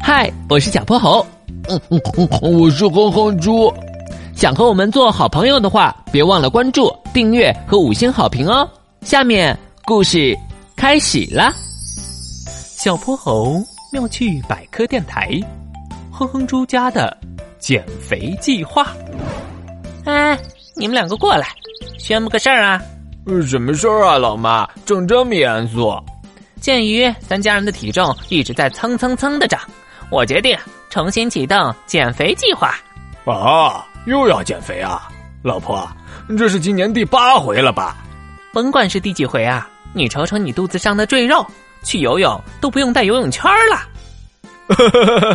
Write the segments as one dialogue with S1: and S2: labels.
S1: 嗨，我是小泼猴。
S2: 嗯嗯嗯，我是哼哼猪。
S1: 想和我们做好朋友的话，别忘了关注、订阅和五星好评哦。下面故事开始啦！
S3: 小泼猴妙趣百科电台，哼哼猪家的减肥计划。
S4: 哎，你们两个过来，宣布个事儿啊！
S3: 呃
S2: 什么事儿啊，老妈？整这么严肃？
S4: 鉴于咱家人的体重一直在蹭蹭蹭的涨，我决定重新启动减肥计划。
S2: 啊，又要减肥啊？老婆，这是今年第八回了吧？
S4: 甭管是第几回啊，你瞅瞅你肚子上的赘肉，去游泳都不用带游泳圈了。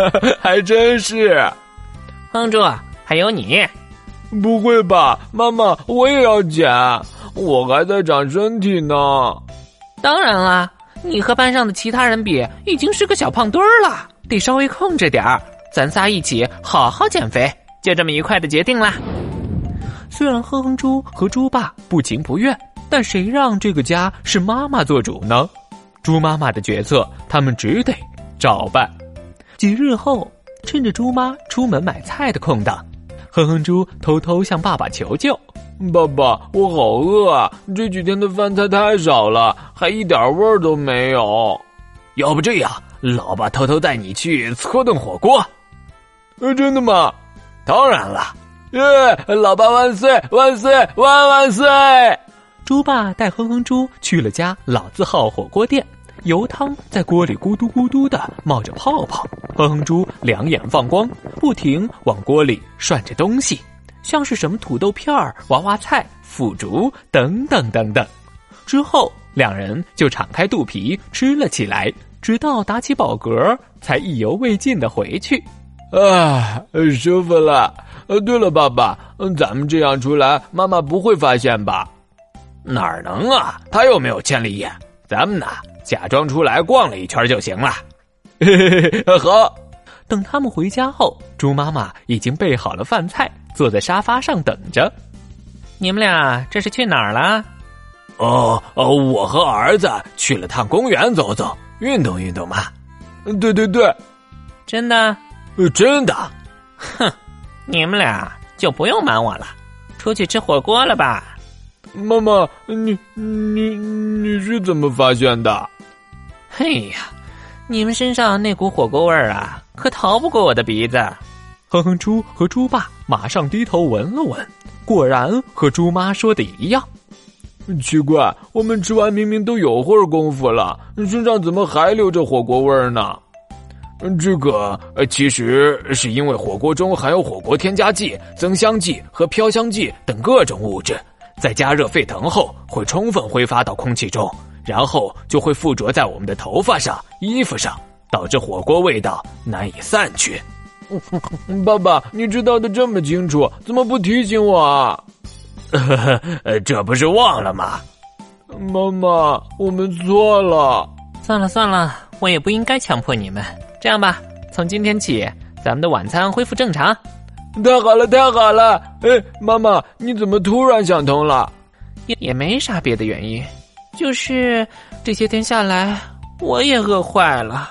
S2: 还真是。
S4: 哼猪，还有你，
S2: 不会吧，妈妈，我也要减，我还在长身体呢。
S4: 当然啦，你和班上的其他人比，已经是个小胖墩儿了，得稍微控制点儿。咱仨一起好好减肥，就这么愉快的决定啦。
S3: 虽然哼哼猪和猪爸不情不愿，但谁让这个家是妈妈做主呢？猪妈妈的角色，他们只得照办。几日后，趁着猪妈出门买菜的空档，哼哼猪偷偷向爸爸求救。
S2: 爸爸，我好饿啊！这几天的饭菜太少了，还一点味儿都没有。
S3: 要不这样，老爸偷偷带你去搓顿火锅。
S2: 呃，真的吗？
S3: 当然了。
S2: 耶！老爸万岁万岁万万岁！
S3: 猪爸带哼哼猪去了家老字号火锅店，油汤在锅里咕嘟咕嘟的冒着泡泡。哼哼猪两眼放光，不停往锅里涮着东西，像是什么土豆片儿、娃娃菜、腐竹等等等等。之后，两人就敞开肚皮吃了起来，直到打起饱嗝，才意犹未尽的回去。
S2: 啊，舒服了。呃，对了，爸爸，嗯，咱们这样出来，妈妈不会发现吧？
S3: 哪能啊，她又没有千里眼。咱们呢，假装出来逛了一圈就行了。
S2: 好，
S3: 等他们回家后，猪妈妈已经备好了饭菜，坐在沙发上等着。
S4: 你们俩这是去哪儿了？
S3: 哦哦，我和儿子去了趟公园走走，运动运动嘛。
S2: 对对对，
S4: 真的？
S3: 真的。
S4: 哼。你们俩就不用瞒我了，出去吃火锅了吧？
S2: 妈妈，你你你是怎么发现的？
S4: 嘿哎呀，你们身上那股火锅味儿啊，可逃不过我的鼻子。
S3: 哼哼猪和猪爸马上低头闻了闻，果然和猪妈说的一样。
S2: 奇怪，我们吃完明明都有会儿功夫了，身上怎么还留着火锅味儿呢？这个呃，其实是因为火锅中含有火锅添加剂、增香剂和飘香剂等各种物质，在加热沸腾后会充分挥发到空气中，然后就会附着在我们的头发上、衣服上，导致火锅味道难以散去。爸爸，你知道的这么清楚，怎么不提醒我啊？
S3: 呃这不是忘了吗？
S2: 妈妈，我们错了。
S4: 算了算了，我也不应该强迫你们。这样吧，从今天起，咱们的晚餐恢复正常。
S2: 太好了，太好了！哎，妈妈，你怎么突然想通了？
S4: 也也没啥别的原因，就是这些天下来，我也饿坏了。